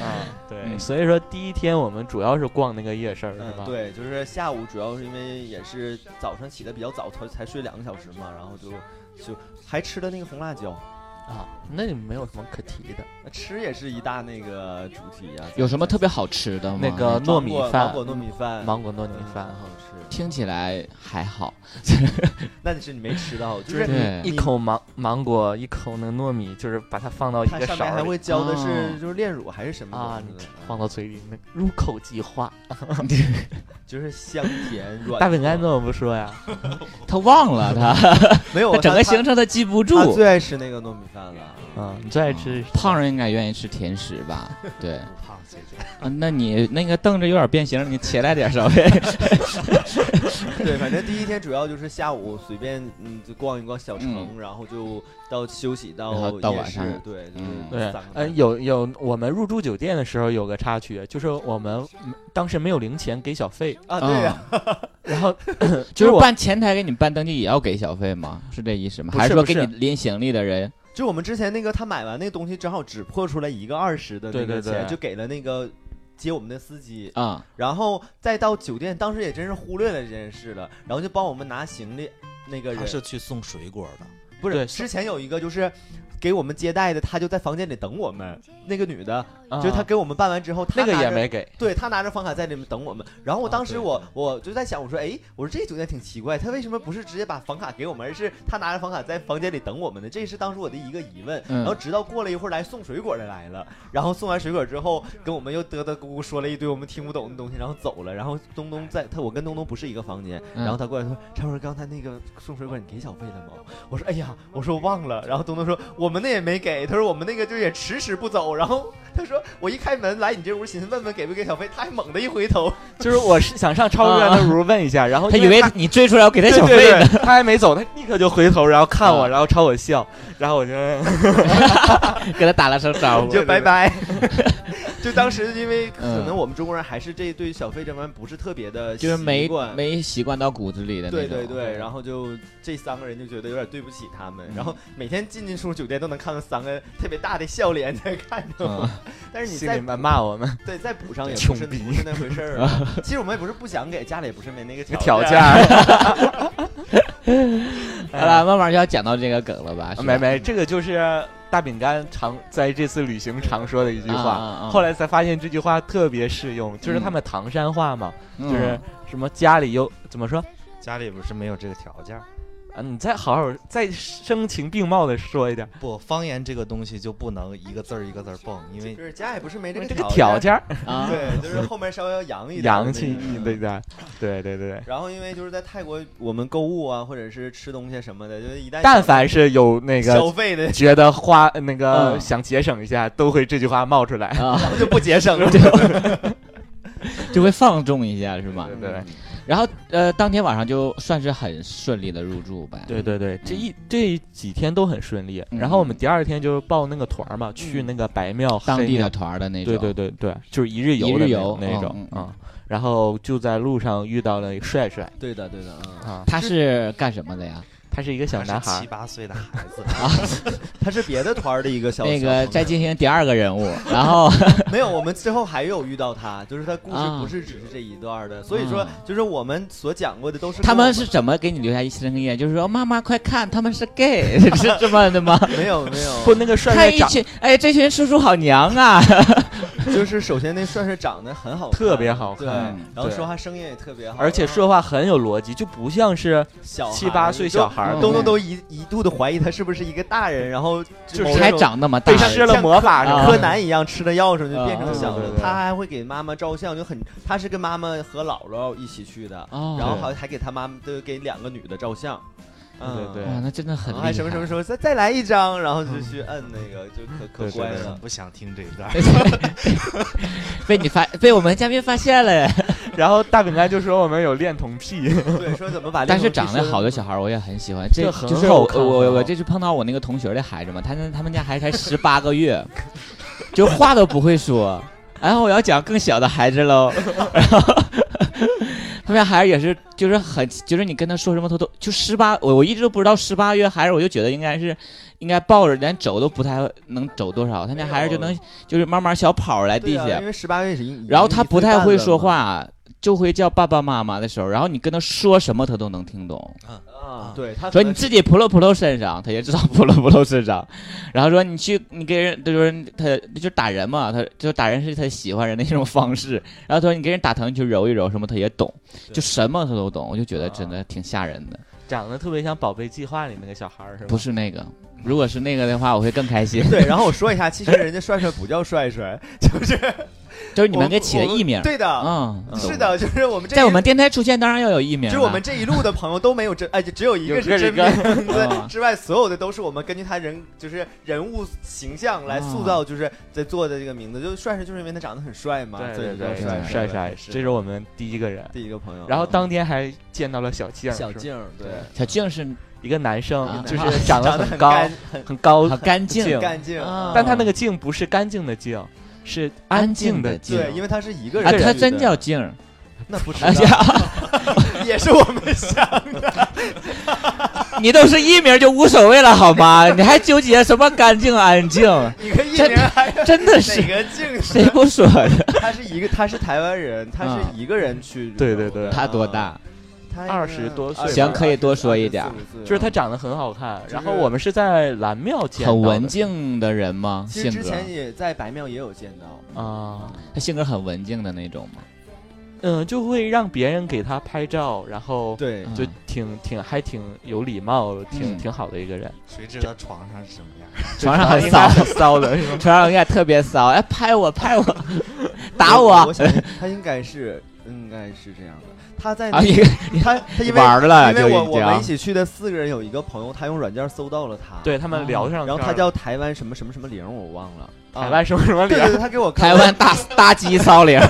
F: 啊，
C: 对，
B: 嗯
C: 所以说第一天我们主要是逛那个夜市儿，是吧？
D: 嗯，，对，就是下午主要是因为也是早上起的比较早，才才睡两个小时嘛，然后就就还吃了那个红辣椒，
C: 啊，那也没有什么可提的。
D: 那吃也是一大那个主题啊。
B: 有什么特别好吃的吗？
C: 那个
D: 芒
C: 糯
D: 果
C: 米
D: 芒
C: 饭
D: 果糯米饭，
C: 芒果糯米
D: 嗯
C: 饭啊
D: 很，好吃。
B: 听起来还 好。
D: 那是你没吃到，就
C: 就是
D: 是
B: 对
C: 你一口芒芒果，一口那个糯米，就是把它放到一
D: 它
C: 个
D: 上
C: 勺
D: 面还
C: 儿里
D: 会教的是
B: 哦
D: 就是炼乳还是什么
C: 啊，
D: 东
C: 你
D: 西的
C: 放到嘴里，那入口即化。
D: 就是香甜软。
C: 大饼干怎么不说呀？
B: 他忘了 他，
D: 没有
B: 他整个行
D: 程，
B: 程他记不
D: 他
B: 住。哦
D: 最爱吃那个糯米饭了。
B: 嗯
C: 啊，你最爱吃
B: 胖人应该愿意吃甜食 吧？对
F: 不胖谢谢。
B: 啊，那你那个凳子有点变形，你起来点儿稍微。
D: 对，反正第一天主要就是下午随便嗯就逛一逛小城，然后就到休息到
B: 嗯然后到
D: 夜
B: 晚上
D: 市对，
B: 嗯
D: 就是三，
C: 对
D: 个
C: 呃，有有，我们入住酒店的时候有个插曲，就是我们嗯当时没有零钱给小费，
D: 啊对呀，
C: 然 后
B: 嗯就
C: 就是是我
B: 办前台给你办登记也要给小费吗？是这意思吗？
C: 不是
B: 还说
C: 不
B: 给
C: 是
B: 你拎行李的人？
D: 就我们之前那个他买完那个东西，正好只破出来一个二十的那
C: 对
D: 个
C: 对对
D: 钱，就给了那个接我们的司机，
B: 啊、
D: 然后再到酒店，当时也真是忽略了这件事了，然后就帮我们拿行李那个
F: 他
D: 人
F: 是去送水果的，
D: 不是
C: 对
D: 之前有一个就是给我们接待的，他就在房间里等我们，那个女的。
C: 啊
D: 就是他给我们办完之后，他
C: 那个
D: 拿
C: 也
D: 着
C: 没给，
D: 对他拿着房卡在里面等我们。然后我
C: 啊
D: 当时
C: 对
D: 我、
C: 对
D: 我就在想，我说哎，我说这酒店挺奇怪，他为什么不是直接把房卡给我们，而是他拿着房卡在房间里等我们呢？这是当时我的一个疑问。
B: 嗯
D: 然后直到过了一会儿来送水果的来了，然后送完水果之后跟我们又嘚嘚咕咕说了一堆我们听不懂的东西，然后走了。然后东东在他我跟东东不是一个房间，
B: 嗯
D: 然后他过来说：“超哥，刚才那个送水果你给小费了吗？”我说：“哎呀，我说我忘了。”然后东东说：“我们那也没给。”他说：“我们那个就也迟迟不走。”然后他说：“我一开门来你这屋，寻思问问给不给小费。”他还猛地一回头，
C: 就是我是想上超哥那屋问一下，然后
B: 啊他
C: 哦因
B: 以为
C: 他
B: 你追出来要给他
C: 对
B: 小
C: 对
B: 费呢。
C: 对他还没走，他立刻就回头，然后看我，
D: 嗯
B: 啊
C: 然后朝我笑，然后我就
B: 给他打了声招 呼。
D: 就拜拜。 就当时因为可
B: 嗯
D: 能我们中国人还是这对小费这方面不是特别的
B: 就是
D: 习
B: 没
D: 惯
B: 没习惯到骨子里的那
D: 对
B: 种。
D: 对
C: 嗯
D: 对，然后就这三个人就觉得有点对不起他们，然后每天进进出出酒店都能看到三个特别大的笑脸在看着我，
C: 嗯
D: 但是你
C: 心
D: 在
C: 里面骂我们
D: 对再补上也不
C: 穷
D: 是
C: 逼
D: 不是那回事儿 啊。其实我们也不是不想给，家里也不是没那个
C: 条
D: 件
C: 件
D: 儿。
C: 儿。
B: 好了，慢慢就要讲到这个梗了吧？是吧
C: 哎啊没没，这个就是大饼干常在这次旅行常说的一句
B: 啊
C: 话。
B: 啊啊
C: 后来才发现这句话特别适用，就是他们唐山话嘛，
B: 嗯
C: 就是什么家里有怎么说
F: 家里不是没有这个条件儿，
C: 啊，你再好好再声情并茂的说一点，
F: 不，方言这个东西就不能一个字儿一个字儿蹦，因为
D: 就是家也不是没这
C: 这
D: 个
C: 个条
D: 件，
C: 件儿
B: 啊，
D: 对，就是后面稍微要洋一点，
C: 洋气一点，对对对对。
D: 然后因为就是在泰国，我们购物啊，或者是吃东西什么的，就是一旦
C: 但凡是有那
D: 消
C: 个
D: 费的，
C: 觉得花那个
B: 嗯
C: 想节省一下，都会这句话冒出来。
B: 啊，
D: 就不节省了。
B: 就会放纵一下是吗
C: 对？对
B: 然后呃，当天晚上就算是很顺利的入住呗。
C: 对对对，这一这几天都很顺利。
B: 嗯
C: 然后我们第二天就是报那个团儿嘛，去那个白庙
B: 当地
C: 黑庙
B: 的团儿的那种。
C: 对对对对，就是一日游
B: 一
C: 的
B: 日
C: 那
B: 游
C: 那
B: 嗯
C: 种
B: 嗯
C: 啊。然后就在路上遇到了一个帅帅
D: 对的，对的啊，
C: 啊，
B: 他是干什么的呀？
C: 他是一个小男
F: 他是
C: 孩啊
F: 七
C: 儿，
F: 八岁的孩子，
D: 他是别的团儿的一个小
B: 那
D: 小
B: 个
D: 朋友
B: 在进行第二个人物，然后
D: 没有，我们之后还有遇到他，就是他故事
B: 啊
D: 不是只是这一段儿的，所以
C: 嗯
D: 说
B: 啊
D: 就是我们所讲过的都是
B: 他
D: 跟我
B: 们是怎么给你留下一深刻印象？就是说妈妈快看，他们是 gay，是这么的吗？
D: 没有没有，
C: 不，那个帅
B: 看
C: 帅
B: 一
C: 长
B: 群，哎，这群叔叔好娘啊！
D: 就是首先那帅帅长得很好看，
C: 特别好
D: 对，
C: 看，嗯
D: 然后
C: 对
D: 说话声音也特别好，
C: 而且说话很有逻辑，就不像是
D: 小孩
C: 七八岁小孩儿
D: 就
B: 嗯
D: 东
B: 那
D: 东
B: 种
D: 都一一度的怀疑他是不是一个大人，然后
C: 就是
D: 某
B: 还
D: 种
B: 长那么大
C: 被，施了
D: 像
C: 魔法什
B: 啊
C: 么
D: 柯
C: 的
D: 南一样吃了药什么就变成
B: 啊
D: 小
C: 对对
D: 的
C: 对，对
D: 他还会给妈妈照相，就很他是跟妈妈和姥姥一起去的，
B: 哦
D: 然后还还给他妈妈都给两个女的照相，嗯
C: 对对对
B: 哇，那真的很
D: 然
B: 厉
D: 后
B: 害。嗯
D: 还什么什么时候再再来一张，然后就去摁那个，就可可
C: 对对
D: 乖
C: 对
D: 了。
F: 不想听这一段。
B: 被你发被我们嘉宾发现了，
C: 然后大饼干就说我们有恋童 癖，
D: 对，说怎么把
B: 但是
D: 恋童癖
B: 长得
D: 说
B: 好的小孩儿我也很喜欢，这
C: 这很
B: 就是
C: 好
B: 我
C: 看
B: 我
C: 很
B: 我
C: 好
B: 我这次碰到我那个同学的孩子嘛，他那他们家孩子才十八个月， 就话都不会说。然后我要讲更小的孩子喽，然后他们家孩子也是，就是很，就是你跟他说什么他都就十八，我我一直都不知道十八月孩子，我就觉得应该是应该抱着，连走都不太能走多少，他家孩子就能就是慢慢小跑来地
D: 对啊
B: 下，
D: 因为十八岁是一，
B: 然后他不太会说
D: 一岁
B: 话，就会叫爸爸妈妈的时候，然后你跟他说什么他都能听懂。
D: 半了嘛，啊对他
B: 啊说
D: 可能。
B: 你自己扑噜扑噜身上，他也知道扑噜扑噜身上。然后说你去你给人，他说他就打人嘛，他就打人是他喜欢人的一种方式。然后他说你给人打疼，你去揉一揉什么，他也懂，就什么他都懂。我就觉得真的挺吓人的，
C: 长得特别像《宝贝计划》里那个小孩儿，是吧？
B: 不是那个。如果是那个的话，我会更开心
D: 对，然后我说一下，其实人家帅帅不叫帅帅， 就是
B: 就是你
D: 我
B: 们给起的
D: 我
B: 艺名，
D: 对的，
B: 嗯，
D: 是的，就是我们这
B: 在
D: 一
B: 我们电台出现，当然要有艺名啊
D: 就
B: 了。
D: 是我们这一路的朋友都没有真，哎，就只有一
C: 有
D: 个
C: 个
D: 是真
C: 人
D: 名字
B: 啊
D: 之外，所有的都是我们根据他人就是人物形象
B: 啊
D: 来塑造，就是在做的这个名字。就是帅帅，就是因为他长得很帅嘛，所以
C: 对
D: 就叫
C: 对，
D: 帅
C: 帅
D: 帅
C: 帅，嗯
D: 是
C: 这是我们第一个人。
D: 第一个朋友。嗯
C: 然后当天还见到了小静，
D: 小
C: 是吧
D: 静儿，对，
B: 小静是
C: 一个男
B: 啊
C: 生，就
D: 男
C: 是
D: 生
C: 长
D: 长得
C: 得很
D: 很
C: 高
D: 干、很
C: 很高
B: 好，干净，
C: 静
D: 干净嗯
B: 啊
C: 但他那个静不是干净的静，是安静的静。
D: 对，因为他是一个
B: 啊，
D: 人去的，
B: 他真叫静儿，
D: 那不知
B: 哎
D: 道，
B: 呀，
D: 也是我们想
B: 你都是艺名就无所谓了好吗？ 你还纠结什么干净安静？
D: 一个艺
B: 这
D: 名还有
B: 真的
D: 哪
B: 是
D: 个静
B: 谁
D: 是？
B: 不说 的？
D: 他是一个，他是台湾人，他
B: 啊
D: 是一个人去旅游
C: 对
D: 的。啊
C: 对对
B: 他多大？
D: 他应该
C: 20多岁
D: 20
B: 行可以多说一点，
D: 24
C: 就是他长得很好看，
D: 是
C: 然后我们是在蓝庙见到
B: 很
C: 的
B: 文静的人吗？
D: 其实
B: 性
D: 之
B: 格
D: 前也在白庙也有见到，
C: 啊，
B: 他性格很文静的那种吗？
C: 嗯，就会让别人给他拍照，然后
D: 对
B: 嗯
C: 就挺挺还挺有礼貌，挺
B: 嗯
C: 挺好的一个人，
F: 谁知道床上是什么样？
B: 床上很
C: 应
B: 骚
C: 该，很骚的是 吧？
B: 床上应该特别骚，哎，拍我拍 我，打我
D: 我想他应该是应该是这样的，他在
B: 啊！
D: 那
B: 一
D: 个
B: 个
D: 他他因为
B: 玩了
D: 因为
B: 就
D: 我
B: 已
D: 我们一
B: 经
D: 起去的四个人有一个朋友，他用软件搜到了
B: 啊
D: 他，，
C: 对他们聊上天儿
D: 然
C: 了，
D: 后他叫台湾什么什么什么玲，我忘了，啊
C: 海外什么什么
D: 对
C: 脸
D: 对，对，他给我看
B: 台湾大大鸡骚灵，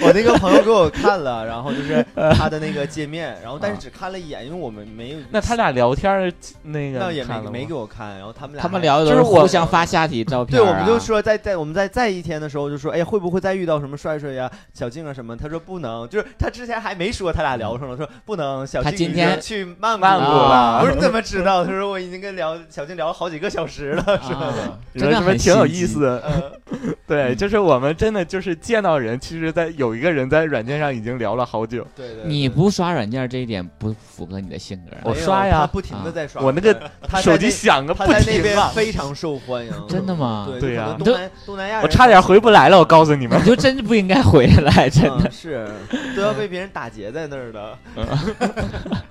D: 我那个朋友给我看了，然后就是他的那个界面，然后但是只看了一眼，因为我们没有
C: 那他俩聊天儿那个
D: 那也
C: 你看了
D: 没
C: 吗
D: 没给我看，然后他们俩
B: 他们
D: 还
B: 聊的都
C: 就是我
B: 互相发下体照片
D: 对，
B: 啊。
D: 我们就说在在我们在在一天的时候就说，哎，会不会再遇到什么帅帅呀、小静啊什么？他说不能，就是他之前还没说他俩聊上了，说不能。小
B: 他
D: 静已
B: 今
D: 经
B: 天
D: 去曼
C: 曼
D: 谷
B: 谷
D: 了，
B: 了
D: 我说你怎么知道？他说我已经跟聊小静聊了好几个小时了， 是吧？
B: 啊，
C: 你
B: 真
C: 说
B: 的
C: 是不是
B: 很
C: 挺有
B: 心
C: 意
B: 机
C: 思的？
D: 呃，
C: 对，
B: 嗯
C: 就是我们真的就是见到人，其实，在有一个人在软件上已经聊了好久。
D: 对对，
B: 你不刷软件这一点不符合你的性格，
C: 我刷呀
D: 他不
B: 啊
D: 停的在刷。
C: 我那个
D: 他在
C: 手机
D: 那
C: 响个
D: 他
C: 不
D: 在那
C: 停
D: 边
C: 啊，
D: 非常受欢迎，
B: 真的吗？
D: 对
C: 对
D: 呀
C: 呀，
D: 就可能东南东南亚人
C: 我差点回不来了。我告诉你们
B: 你，就真不应该回来，真的
D: 嗯。是都要被别人打劫在那儿的。
B: 啊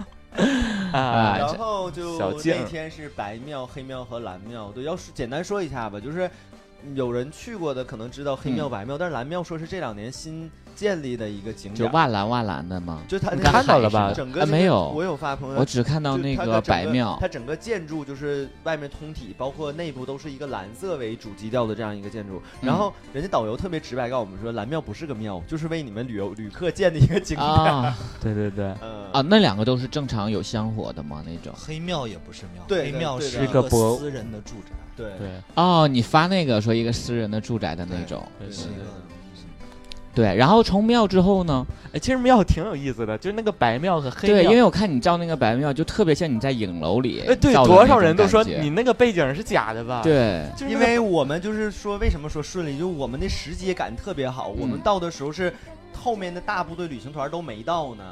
C: 哎
D: 然后就
C: 小静
D: 那天是白庙、黑庙和蓝庙。对，要是简单说一下吧，就是有人去过的可能知道黑庙、
B: 嗯
D: 白庙，但是蓝庙说是这两年新建立的一个
C: 嗯
D: 景
B: 就
D: 点。
B: 瓦蓝瓦蓝的吗？
D: 就他
B: 你
D: 那
B: 看
D: 个
B: 到了
D: 海
B: 吧
D: 是整个
B: 啊
D: 这
B: 没
D: 个
B: 有
D: 我有发朋友
B: 我只看到那
D: 就它
B: 个
D: 它整
B: 白庙
D: 它整个建筑就是外面通体，包括内部都是一个蓝色为主基调的这样一个建筑。
B: 嗯
D: 然后人家导游特别直白告诉我们说，蓝庙不是个庙，就是为你们旅游旅客建的一个景点。
B: 啊
C: 对对对，
D: 嗯
B: 啊，那两个都是正常有香火的吗？那种。
F: 黑庙也不是庙，
D: 对
F: 黑
D: 对
F: 庙
D: 对
F: 是
D: 的
F: 一
C: 是个
F: 个
C: 博
F: 私人的住宅，
D: 对
C: 对，
B: 哦，你发那个说一个私人的住宅的那种，
C: 对
F: 是一个
B: 对。然后从庙之后呢？
C: 哎，其实庙挺有意思的，就是那个白庙和黑庙。
B: 对，因为我看你照那个白庙，就特别像你在影楼里
C: 哎，对，
B: 照的
C: 多
B: 那
C: 少
B: 种
C: 人都
B: 感
C: 说
B: 觉
C: 你那个背景是假的吧？，
B: 对，
C: 就 是
D: 因
C: 那个
D: 为我们就是说，为什么说顺利？就我们的时节感特别好，我
B: 嗯
D: 们到的时候是。后面的大部队旅行团都没到呢，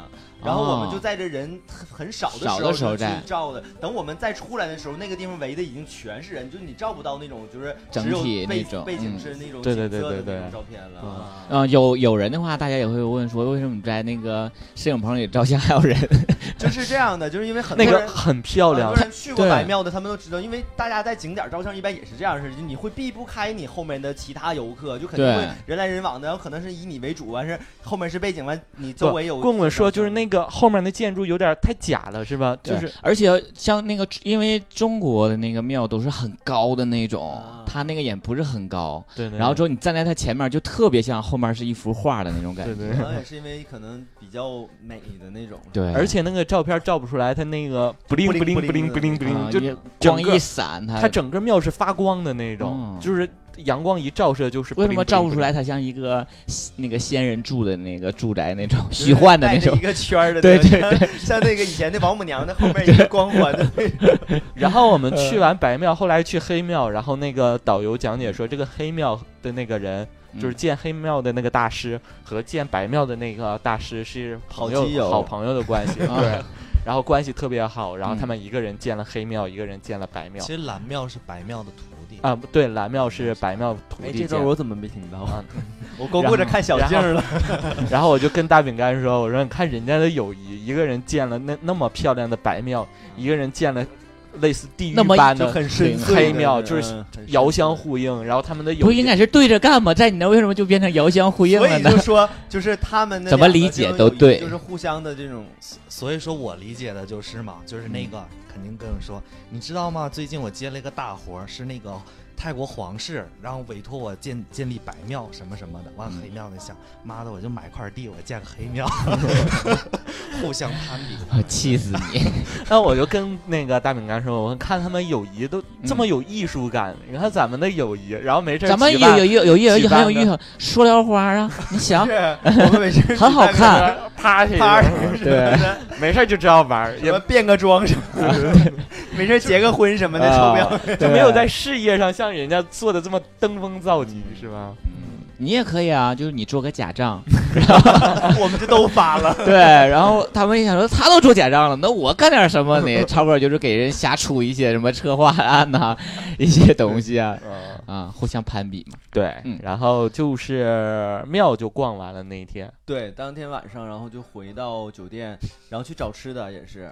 D: 然后我们就在这人很很少的时
B: 哦少
D: 候
B: 的时候
D: 就去
B: 在
D: 照的。等我们再出来的时候，那个地方围的已经全是人，就你照不到那种就是只有
B: 整体
D: 背
B: 那种
D: 背景
B: 嗯
D: 是那种
C: 对对
D: 景色
C: 对
D: 的
C: 对
D: 那种
C: 对
D: 照片了。
C: 嗯
D: 啊
B: 嗯、有有人的话，大家也会问说，为什么你在那个摄影棚里照相还有人？
D: 就是这样的，就是因为很多
C: 那
D: 人
C: 个很漂亮
D: 很多，人啊去过
B: 对
D: 白庙的，他们都知道，因为大家在景点照相一般也是这样式，就你会避不开你后面的其他游客，就肯定
B: 对
D: 会人来人往的，然后可能是以你为主，完事后面是背景，完你周围有。
C: 棍棍说就是那个后面的建筑有点太假了，是吧？就
B: 对
C: 是，
B: 而且像那个，因为中国的那个庙都是很高的那种，
D: 啊
B: 它那个也不是很高，
C: 对，
B: 然后之后你站在它前面，就特别像后面是一幅画的那种感
C: 对
B: 觉。
C: 对
D: 可能也是因为可能比较美的那种。
B: 对，
C: 而且那个照片照不出来，它那个不灵不灵不灵不灵不
B: 啊
C: 灵，就
B: 也
C: 整
B: 光
C: 个
B: 一闪它，
C: 它整个庙是发光的那种
B: 嗯，
C: 就是阳光一照射就是。
B: 为什么照不出来？
C: 它？
B: 它像一个那个仙人住的那个住宅那种
D: 就是
B: 虚幻的那
D: 带着
B: 种
D: 一，个圈 儿的，
B: 对对
D: 对，像那个以前那王母娘娘后面一个光环的那 种，
C: 然后我们去完白庙，后来去黑庙，然后那个导游讲解说，这个黑庙的那个人
B: 嗯
C: 就是建黑庙的那个大师和建白庙的那个大师是朋
D: 好基友
C: 友、好朋友的关系，
B: 啊
C: 对。然后关系特别好，然后
B: 嗯
C: 他们一个人建了黑庙，一个人建了白庙
F: 其。实蓝庙是白庙的徒弟，
C: 啊，不对，蓝庙是白庙
D: 哎
C: 徒弟建的。
D: 怎么没听到
C: 啊
D: 我光顾着看小静儿了。
C: 然后我就跟大饼干说：“我说你看人家的友谊，一个人建了那那么漂亮的白庙，一个人建了类似地狱
B: 那么一
C: 般
D: 就
C: 的
D: 很深邃的
C: 黑庙就是
D: 嗯很深
C: 遥相
D: 邃
C: 呼应。”然后他们的友
B: 不
C: 谊
B: 应该是对着干吗？在你那为什么就变成遥相呼应
D: 所
B: 了
D: 以
B: 呢
D: 就？说，就是他们那
B: 怎么
D: 两个
B: 理解
D: 这种
B: 都
D: 友谊
B: 对
D: 就是互相的这种
F: 所以说我理解的就是嘛，就是那个
C: 嗯
F: 肯定跟我说，你知道吗？最近我接了一个大活儿，是那个泰国皇室，然后委托我建建立白庙什么什么的。完
C: 嗯
F: 了黑庙的想，妈的，我就买块地，我建个黑 庙，互相攀比。
B: 我气死你！
C: 那我就跟那个大饼干说，我看他们友谊都这么有艺术感，你看咱们的友谊，然后没事儿
B: 咱们
C: 举
B: 有
C: 办
B: 有有有有
C: 举
B: 有
C: 办
B: 很
C: 的
B: 有意思，塑料花啊！你想
D: 是，， 我们每次
B: 很好看
C: 趴下一
D: 趴
C: 会儿
B: 对，
C: 没事儿就知道玩儿，
D: 什
C: 也
D: 么变个妆什么 的，没事结个婚什么
B: 啊
D: 的，臭不要 脸。
C: 就没有在事业上像人家做的这么登峰造极，是吧？
B: 你也可以啊，就是你做个假账，
D: 我们就都发了。
B: 对，然后他们一想说他都做假账了，那我干点什么 呢？超哥就是给人瞎出一些什么策划案呐、 一些东西啊
C: 嗯，
B: 啊，互相攀比嘛。
C: 对
B: 嗯
C: 然后就是庙就逛完了那一天，
D: 对，当天晚上，然后就回到酒店，然后去找吃的，也是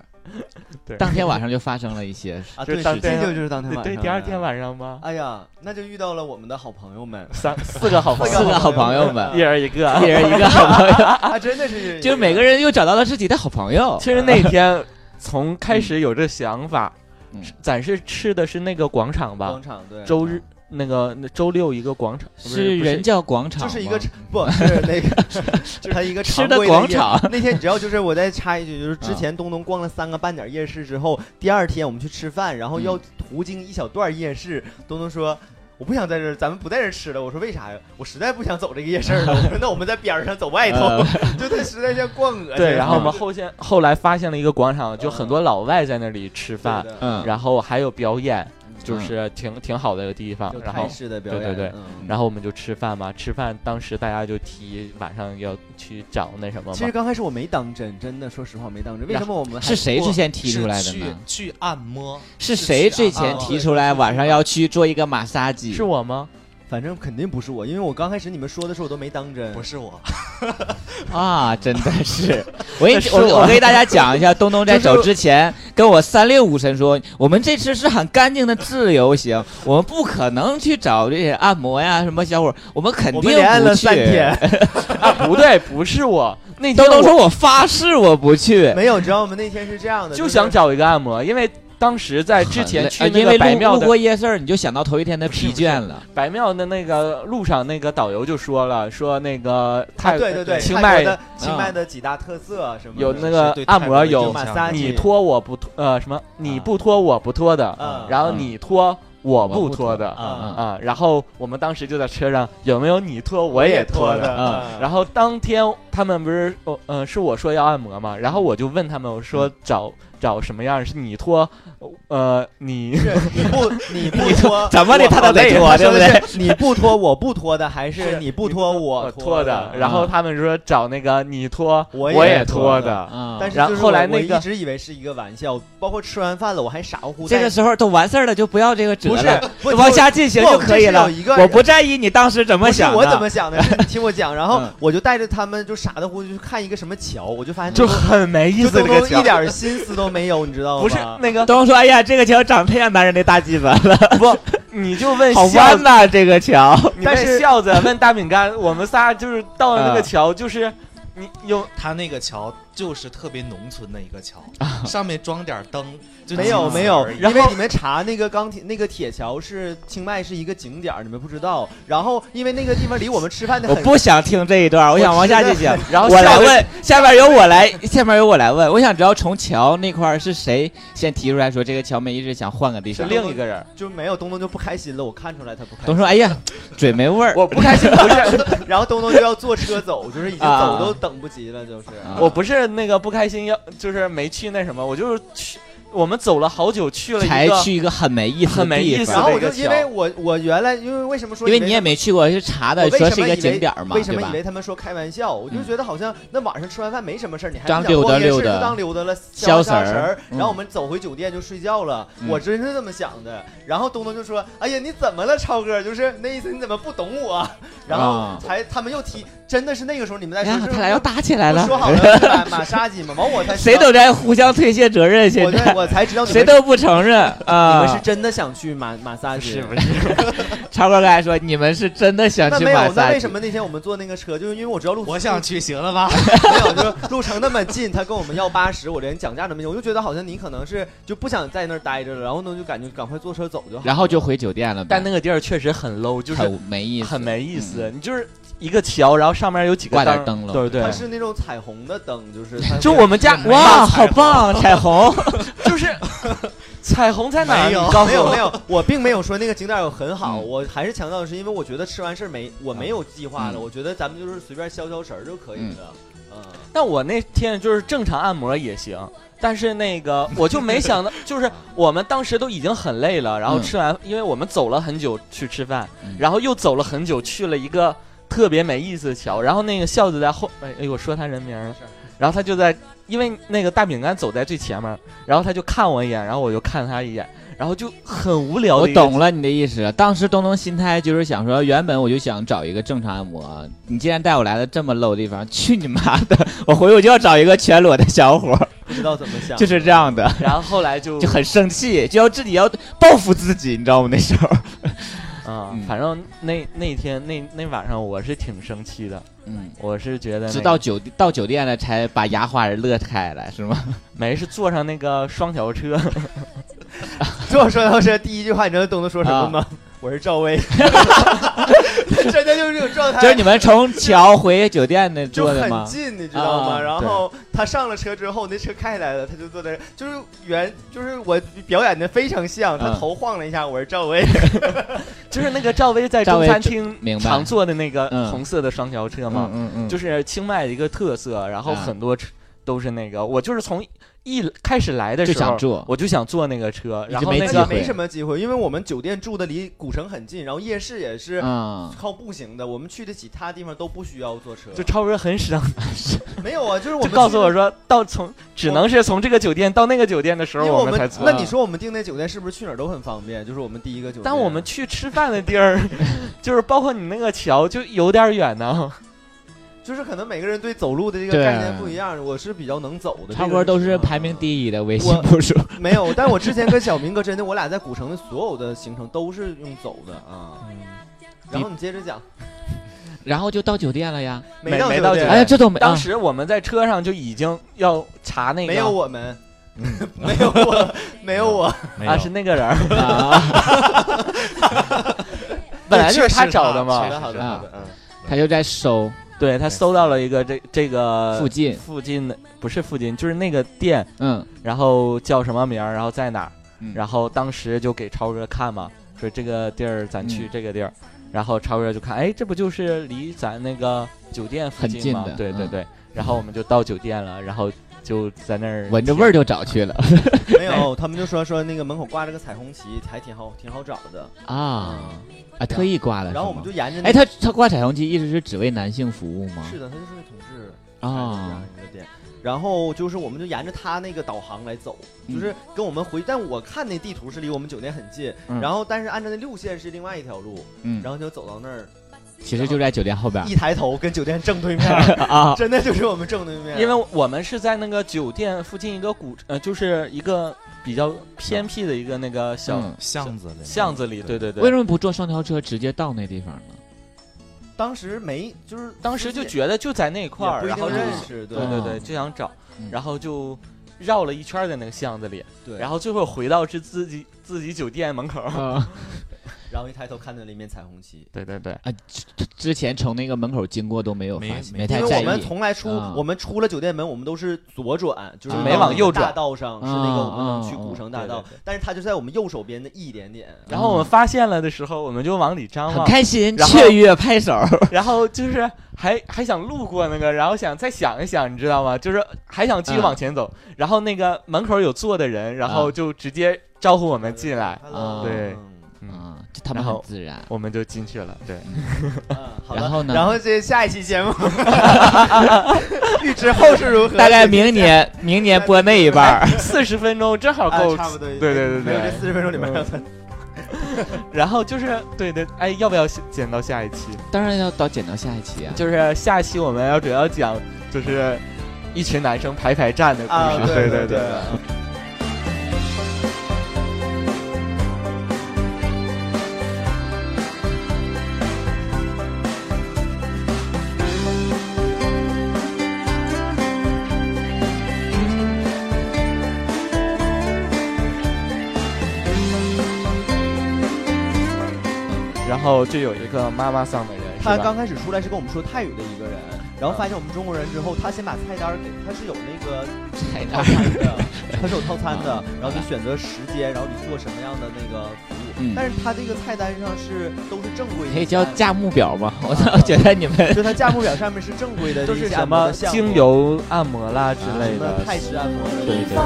C: 对，
B: 当天晚上就发生了一些，
D: 啊，
C: 就是
D: 对，
C: 当
D: 是
C: 天
D: 这就就是当天晚上，
C: 对，第二天。晚上吧，
D: 哎呀，那就遇到了我们的好朋友们，
C: 三四个好朋
B: 四
C: 友，
B: 个好朋友们
C: 一人一个，
B: 一人一个好朋友，
D: 啊，真的是，
B: 就是每个人又找到了自己的好朋友。
C: 其实那天从开始有这想法，
B: 嗯
C: 是咱是吃的是那个广场吧
D: 广？场对，
C: 周日那个那周六一个广场不
B: 是
C: 不
B: 人教广场
D: 就
B: 吗，
D: 是一个不是那个，他一个
B: 吃
D: 常
B: 的
D: 规
B: 广
D: 夜
B: 场。
D: 那天你知道，就是我再插一句，就是之前东东逛了三个半点夜市之后，第二天我们去吃饭，然后要途经一小段夜市，东东说。我不想在这儿，咱们不在这儿吃了。我说为啥呀？我实在不想走这个夜市了。我说那我们在边儿上走外头，
B: 呃
D: 就他实在像逛恶心。
C: 对，然后我们
D: 就
C: 后现后来发现了一个广场，就很多老外在那里吃饭，
D: 对的
B: 嗯，
C: 然后还有表演，就
B: 嗯
C: 是挺挺好的一个地方
D: 就。
C: 然
D: 泰
C: 后
D: 式的表演，
C: 对对对
D: 嗯
C: 然后我们就吃饭嘛，吃饭当时大家就提晚上要去找那什么
D: 其实
C: 嘛，
D: 刚开始我没当真，真的，说实话我没当真。为什么我们还
B: 是谁
F: 不
B: 之前提出来的
F: 是
B: 呢？
F: 去去按摩，
B: 是谁啊
F: 去
B: 之
F: 按
B: 前
F: 摩
B: 提出来晚上要去做一个马杀鸡？
C: 是我吗？
D: 反正肯定不是我，因为我刚开始你们说的时候我都没当真。
F: 不是我，
B: 啊，真的 是，我给
D: 这是
B: 我
D: 我
B: 我给大家讲一下，东东在走之前跟我三六五神说，我们这次是很干净的自由行，我们不可能去找这些按摩呀什么小伙儿，我们肯
D: 我
B: 定不
D: 们
B: 去。
D: 连按了三天，
C: 啊，不对，不是我， 那
B: 东
C: 天
B: 东
C: 我
B: 说我发誓我不去，
D: 没有，你知道吗？那天是啊这样的，
C: 就是想找一个按摩，因为当时在之前
B: 呃
C: 去那
B: 因
C: 个
B: 为
C: 白庙
B: 路路
C: 的
B: 过夜市儿，你就想到头一天的疲倦了。
C: 白庙的那个路上，那个导游就说了，说那个泰
D: 对对对，
C: 清
D: 泰
C: 迈
D: 国的嗯清迈的几大特色什么的
C: 有那
F: 是
C: 个
F: 对
C: 按
F: 泰
C: 摩
F: 国的
C: 有
F: 印象
D: 马萨
C: 你脱我不脱，呃，什么你不脱我不脱的，
D: 嗯
C: 然后你脱我不脱的
D: 啊
B: 嗯
C: 啊，然后我们当时就在车上，有没有你脱我也脱的？
D: 嗯
B: 啊
C: 然后当天他们不是，哦，呃，是我说要按摩嘛，然后我就问他们，我说
D: 嗯
C: 找找什么样？是你脱，呃，你
D: 是你不你不脱
B: 怎么的
D: 我
B: 他都得
D: 累
B: 脱
D: 他说的
B: 对
D: 是你不脱我不脱的，还 是
C: 是
D: 你不脱我
C: 脱
D: 的？啊嗯
C: 然后他们说找那个你脱
D: 我也
C: 也
D: 脱
C: 脱
D: 的
C: 的，
B: 啊，
D: 但是
C: 然后
D: 就是
C: 后来
D: 我我
C: 那个
D: 一直以为是一个玩笑，包括吃完饭了，我还傻乎乎
B: 这
D: 在
B: 个时候都完事儿了，就不要这个折
D: 不是
B: 了，
D: 不
B: 往下进行
D: 不
B: 就可以了
D: 这是有一个。人
B: 我不在意你当时怎么
D: 不是
B: 想的，
D: 我怎么想的，是你听我讲，然后
B: 嗯
D: 我就带着他们就傻的乎就去看一个什么桥，我就发现
C: 就
D: 东东
C: 很没意
D: 就
C: 思。这
D: 东
C: 个
D: 东一
C: 桥
D: 点心思都没有，你知道吗？
C: 不是那个
B: 东东说：“哎呀，这个桥长太像男人的大鸡巴了，
C: 不，你就 问
B: 好
C: 孝
B: 弯呐、这个桥。
C: 你
D: 但是嗯
C: 问孝子，问大饼干，我们仨就是到了那个桥，就是你有
F: 他那个桥就是特别农村的一个桥，上面装点灯，就
D: 没有
F: 仅此
D: 没有
F: 而，已
D: 因为你们查那个钢铁那个铁桥是清迈是一个景点儿，你们不知道。然后因为那个地方离我们吃饭的
B: 我
D: 很
B: 不想听这一段，我想往下进行。
C: 然后
B: 我来
C: 孝子
B: 问，下面由我来，下面由我来问。我想知道从桥那块儿是谁先提出来说这个桥没意思，想换个地
C: 是
B: 方。
C: 另一个人，
D: 就没有东东就不开心了，我看出来他不开
B: 东
D: 心。
B: 说：“哎呀，嘴没味儿。”
C: 我不开心，不是
D: 然后东东就要坐车走，就是已经
B: 啊
D: 走都等不及了，就是。
B: 啊
C: 我不是那个不开心，要就是没去那什么，我就是去，我们走了好久，去了
B: 才
C: 一个
B: 去一个很没意思的
C: 很没
B: 地
C: 意思
D: 然
B: 方，
D: 后我就
C: 这个桥
D: 因为我我原来因为为什么说
B: 因为
D: 以
B: 你也没去过，是查
D: 我
B: 的
D: 为
B: 说
D: 什
B: 是
D: 么以
B: 一个
D: 为
B: 景点儿嘛，
D: 为什
B: 对
D: 么
B: 吧嗯
D: 以？为他们说开玩笑？我就觉得好像那晚上吃完饭没什么事儿，你还
B: 当
D: 想
B: 溜达
D: 逛夜
B: 溜
D: 市就
B: 达
D: 当溜达了，
B: 消
D: 神
B: 神
D: 儿
B: 儿。
D: 然后我们走回酒店就睡觉了，
B: 嗯
D: 我真是这么想的。然后东东就说：“哎呀，你怎么了，超哥？就是那意思，你怎么不懂我？”然后
B: 啊
D: 才他们又提，真的是那个时候你们在
B: 哎
D: 说就
B: 呀，，
D: 是
B: 他俩要打起来
D: 我
B: 了，
D: 说好了是马马杀鸡嘛，完我才知
B: 谁
D: 道
B: 都在互相推卸责任，现
D: 我
B: 在
D: 才我才知道你
B: 谁
D: 们
B: 都不承认
D: 你们是
B: 啊。
D: 真的想去马马杀鸡，
C: 是不是？
B: 超哥刚才说你们是真的想
D: 那
B: 去
D: 没
B: 马
D: 有，那
B: 萨
D: 为，什么那天我们坐那个车，就是因为我知道路
F: 我想去，行了吧？
D: 没有，就是路程那么近，他跟我们要八十，我连讲价都没有，我就觉得好像你可能是就不想在那儿待着了，然后呢就感觉赶快坐车走就好。
B: 然后就回酒店了呗。
C: 但那个地儿确实很 low，就是
B: 很没意思，
C: 很没意思。你就是一个桥，然后上面有几
B: 挂
C: 个
B: 点
C: 灯，
B: 灯笼
C: 对
D: 它
C: 对。
D: 是那种彩虹的灯，就是它
C: 就我们家
F: 没
B: 哇，
F: 有彩
B: 好
F: 虹
B: 棒，啊彩 虹！
C: 就是 彩虹在哪儿？
F: 没有
C: 你告诉
D: 没有
C: 我
D: 没有，我并没有说那个景点有很好，
B: 嗯
D: 我还是强调的是，因为我觉得吃完事儿没，我没有计划了，
B: 嗯
D: 我觉得咱们就是随便消消神儿就可以了。嗯，
C: 那我那天就是正常按摩也行，但是 那个我就没想到，就是我们当时都已经很累了，然后
B: 嗯
C: 吃完，因为我们走了很久去吃饭
B: 嗯，
C: 然后又走了很久去了一个特别没意思的桥，然后那个孝子在后，哎哎，我说他人名了，然后他就在，因为那个大饼干走在最前面，然后他就看我一眼，然后我就看他一眼，然后就很无聊
B: 我
C: 的一个。
B: 懂了你的意思了。当时东东心态就是想说，原本我就想找一个正常按摩，啊你既然带我来了这么 low 的地方，去你妈的！我回去我就要找一个全裸的小伙儿，
D: 不知道怎么想，
B: 就是这样的。
C: 然后后来 就
B: 就很生气，就要自己要报复自己，你知道吗？那时候，
C: 啊
B: 嗯，
C: 反正那那天那那晚上我是挺生气的，
B: 嗯，
C: 我是觉得那
B: 直
C: 个
B: 到酒到酒店了才把牙花儿乐开来，是吗？
C: 没是坐上那个双条车，
D: 这我说到这第一句话，你知道东东说什
C: 啊
D: 么吗？ 我是赵 薇，真的就是这种状态，
B: 就是你们从桥回酒店那
D: 哎就
B: 坐的
D: 很
B: 吗？
D: 近，你知道吗？
B: 啊
D: 然后他上了车之后，那车开下来了，他就坐在，就是原就是我表演的非常像，他
B: 嗯
D: 头晃了一下，我是赵薇，
C: 就是那个赵薇在
B: 赵
C: 中
B: 薇
C: 餐厅
B: 明白
C: 常坐的那个
B: 嗯
C: 红色的双条车嘛，
B: 嗯嗯嗯，
C: 就是清迈的一个特色，然后
B: 啊
C: 很多车都是那个，我就是从一开始来的
B: 就
C: 时候
B: 想做
C: 我就想坐那个车，
B: 一直
C: 然后
B: 没
C: 那
B: 机
C: 个
B: 会
D: 那没什么机会，因为我们酒店住的离古城很近，然后夜市也是
B: 嗯，
D: 靠步行的，我们去的其他地方都不需要坐车。
C: 就超哥很省，
D: 没有啊，就是我
C: 就
D: 们
C: 告诉
D: 去
C: 我说到从只能是从这个酒店到那个酒店的时
D: 因
C: 候
D: 为我
C: 们才
D: 们
C: 坐
D: 那。你说我们订那酒店是不是去哪儿都很方便？就是我们第一个酒店，
C: 但我们去吃饭的地儿， 就是包括你那个桥，就有点远呢。
D: 就是可能每个人对走路的这个
B: 对
D: 概念不一样，我是比较能走的，
B: 超哥都是排名第一的微信步数。
D: 一。 没有，但我之前跟小明哥真的，我俩在古城的所有的行程都是用走的啊。然后你接着讲，
B: 然后就到酒店了呀。
C: 没
D: 到
C: 没
D: 酒
C: 到
D: 店
C: 酒
B: 哎呀，这都没
C: 当
B: 啊，
C: 时我们在车上就已经要查那个，
D: 没有我们， 没有我，没有我，
F: 没有
C: 啊，是那个人儿，
B: 啊
C: 本来就是他
F: 确实
C: 找的
F: 确
C: 嘛
F: 实。
D: 好的
B: 啊
D: 好的，嗯。
B: 他就在搜
C: 对他搜到了一个这这个
B: 附近，
C: 附近的不是附近，就是那个店，
B: 嗯，
C: 然后叫什么名儿，然后在哪儿，
B: 嗯
C: 然后当时就给超哥看嘛，说这个地儿咱去
B: 嗯
C: 这个地儿，然后超哥就看，哎，这不就是离咱那个酒店附
B: 很近
C: 吗
B: 的？
C: 对对
B: 嗯
C: 对，然后我们就到酒店了，然后就在那儿
B: 闻着味儿就找去了
D: 没有，他们就说说那个门口挂着个彩虹旗，还挺好，挺好找的。
B: 啊啊，特意挂了。
D: 然后我们
B: 是
D: 就
B: 吗
D: 沿着那
B: 哎，他他挂彩虹旗一直是只为男性服务吗？
D: 是的，他就是个同志开的这
B: 啊
D: 样，一个店。然后就是，我们就沿着他那个导航来走，
B: 嗯
D: 就是跟我们回。但我看那地图是离我们酒店很近，
C: 嗯
D: 然后但是按照那路线是另外一条路，
B: 嗯
D: 然，后就走到那儿，
B: 其实就在酒店后
C: 啊
B: 边
D: 一抬头跟酒店正对面 儿，
B: 啊。
D: 真的就是我们正对面。
C: 因为我们是在那个酒店附近一个古呃，就是一个比较偏僻的一个那个小
B: 嗯
F: 巷子里，
C: 巷子里，对对
B: 为
C: 对。
B: 什么不坐双条车直接到那地方呢？
D: 当时没，就是
C: 当时就觉得就在那块
D: 也
C: 儿，
D: 不一
C: 然后
D: 定
C: 就
D: 认识，对
C: 对对
B: 啊
C: 对，就想找
B: 嗯，
C: 然后就绕了一圈儿在那个巷子里，
D: 对。
C: 然后最后回到是自己自己酒店门口。
B: 啊
D: 然后一抬头看见了一面彩虹旗，
C: 对对对，
B: 啊，之 之前从那个门口经过都没有
F: 没
B: 发现，
F: 没
B: 没
D: 因
B: 太
D: 为
B: 在
D: 我
B: 意。
D: 们从来出，
B: 啊
D: 我们出了酒店门，我们都是左转，就是
B: 啊
D: 到
B: 没往
C: 右转
D: 大道上是那个
B: 啊
D: 我们去
B: 啊
D: 古城大道
C: 对对对，
D: 但是它就在我们右手边的一点点。
C: 然后我们发现了的时候，我们就往里张
B: 很
C: 望，
B: 开心，
C: 啊然后
B: 雀跃拍手。
C: 然后就是还还想路过那个，然后想再想一想，你知道吗？就是还想继续
B: 嗯
C: 往前走，然后那个门口有坐的人，然后
B: 嗯
C: 就直接招呼我们进来，
B: 啊
C: 对
D: 嗯
C: 嗯，
B: 啊，就他们
C: 然
B: 很
C: 后
B: 自然。
C: 我们就进去了。对，
D: 嗯好
B: 然
D: 的。
B: 后呢？
D: 然后这下一期节 目，预知后事如何？
B: 大概 明年明年播那一半儿。
C: 四十分钟正好
D: 啊
C: 够。
D: 差不多。
C: 对对对
D: 没有这
C: 对，
D: 四十分钟里面还有
C: 然后就是对对，哎，要不要剪到下一期？
B: 当然要到剪到下一期啊。
C: 就是下一期我们要主要讲就是一群男生排排站的故
D: 啊，
C: 事。
D: 对
C: 对
D: 对。
C: 然后就有一个妈妈桑的人，是
D: 他
C: 吧？
D: 刚开始出来是跟我们说泰语的一个人，然后发现我们中国人之后，他先把菜单儿给，他是有那个
B: 在那
D: 套
B: 儿
D: 餐的， 它是有套餐的
B: 啊，
D: 然后你选择时间，然后你做什么样的那个服务。
B: 嗯
D: 但是它这个菜单上是都是正规的，
B: 可以叫，价目表吗？我
D: 啊
B: 倒觉得你 们
D: 就它价目表上面是正规的，
C: 都是什么精
D: 油
C: 油按摩啦之类
D: 什
C: 的
D: 么。泰式按摩的。
C: 对对对对。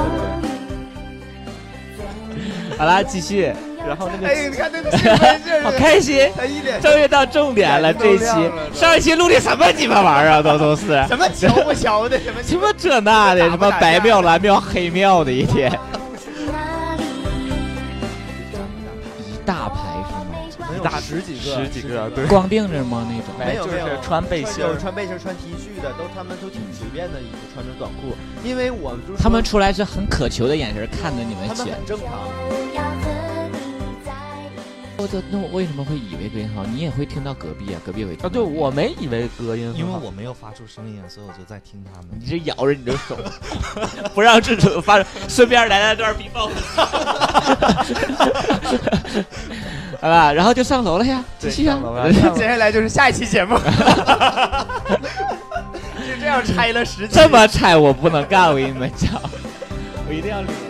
B: 好啦，继续，
C: 然后那个
D: 哎，你看那个兴奋劲
B: 好
D: 儿，
B: 开心，
D: 他一脸
B: 终于到重点了。
D: 眼睛都
B: 这一期
D: 亮了都
B: 上一期录的什么鸡巴玩意儿啊？都都是
D: 什么瞧不瞧的，什么
B: 什么这 那的，什么白庙、蓝庙、黑庙的一天，
E: 哪里？
B: 一大排是
D: 能有
C: 大
D: 十几个，
C: 十几个对
B: 吗？光腚着吗？那种
D: 没有
C: 就
D: 没有
C: 是穿背心儿
D: 有穿背心儿、穿 T 恤的，都他们都挺随便的，衣服穿着短裤，因为我们就是
B: 他们出来是很渴求的眼神看着你们
D: 他们
B: 写，
D: 很正常。
E: 要和你在一起。
B: 我这那我为什么会以为隔音好？你也会听到隔壁啊，隔壁也会听到
C: 啊，对，我没以为隔音 很
F: 因为
C: 好
F: 我没有发出声音，所以我就在听他们
B: 你。这咬着你的手， 不让这种发生。顺便来了段 B box，好吧，然后就上楼了呀，继
C: 对
B: 续啊
C: 上楼了上楼
D: 接下来就是下一期节目，就这样拆了十
B: 这么菜我不能干，我跟你们讲，我一定要捋。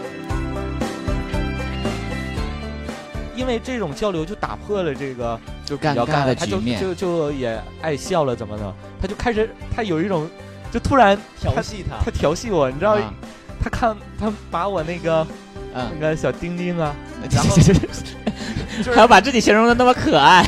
C: 因为这种交流就打破了这个就比较
B: 尴尬的
C: 他就
B: 局面
C: 就就也爱笑了怎么的，他就开始他有一种。就突然
D: 调戏他，
C: 他调戏我，你知道，
B: 啊
C: 他看他把我那个那
B: 嗯，
C: 个小丁丁啊，
B: 然后还要把自己形容的那么可爱，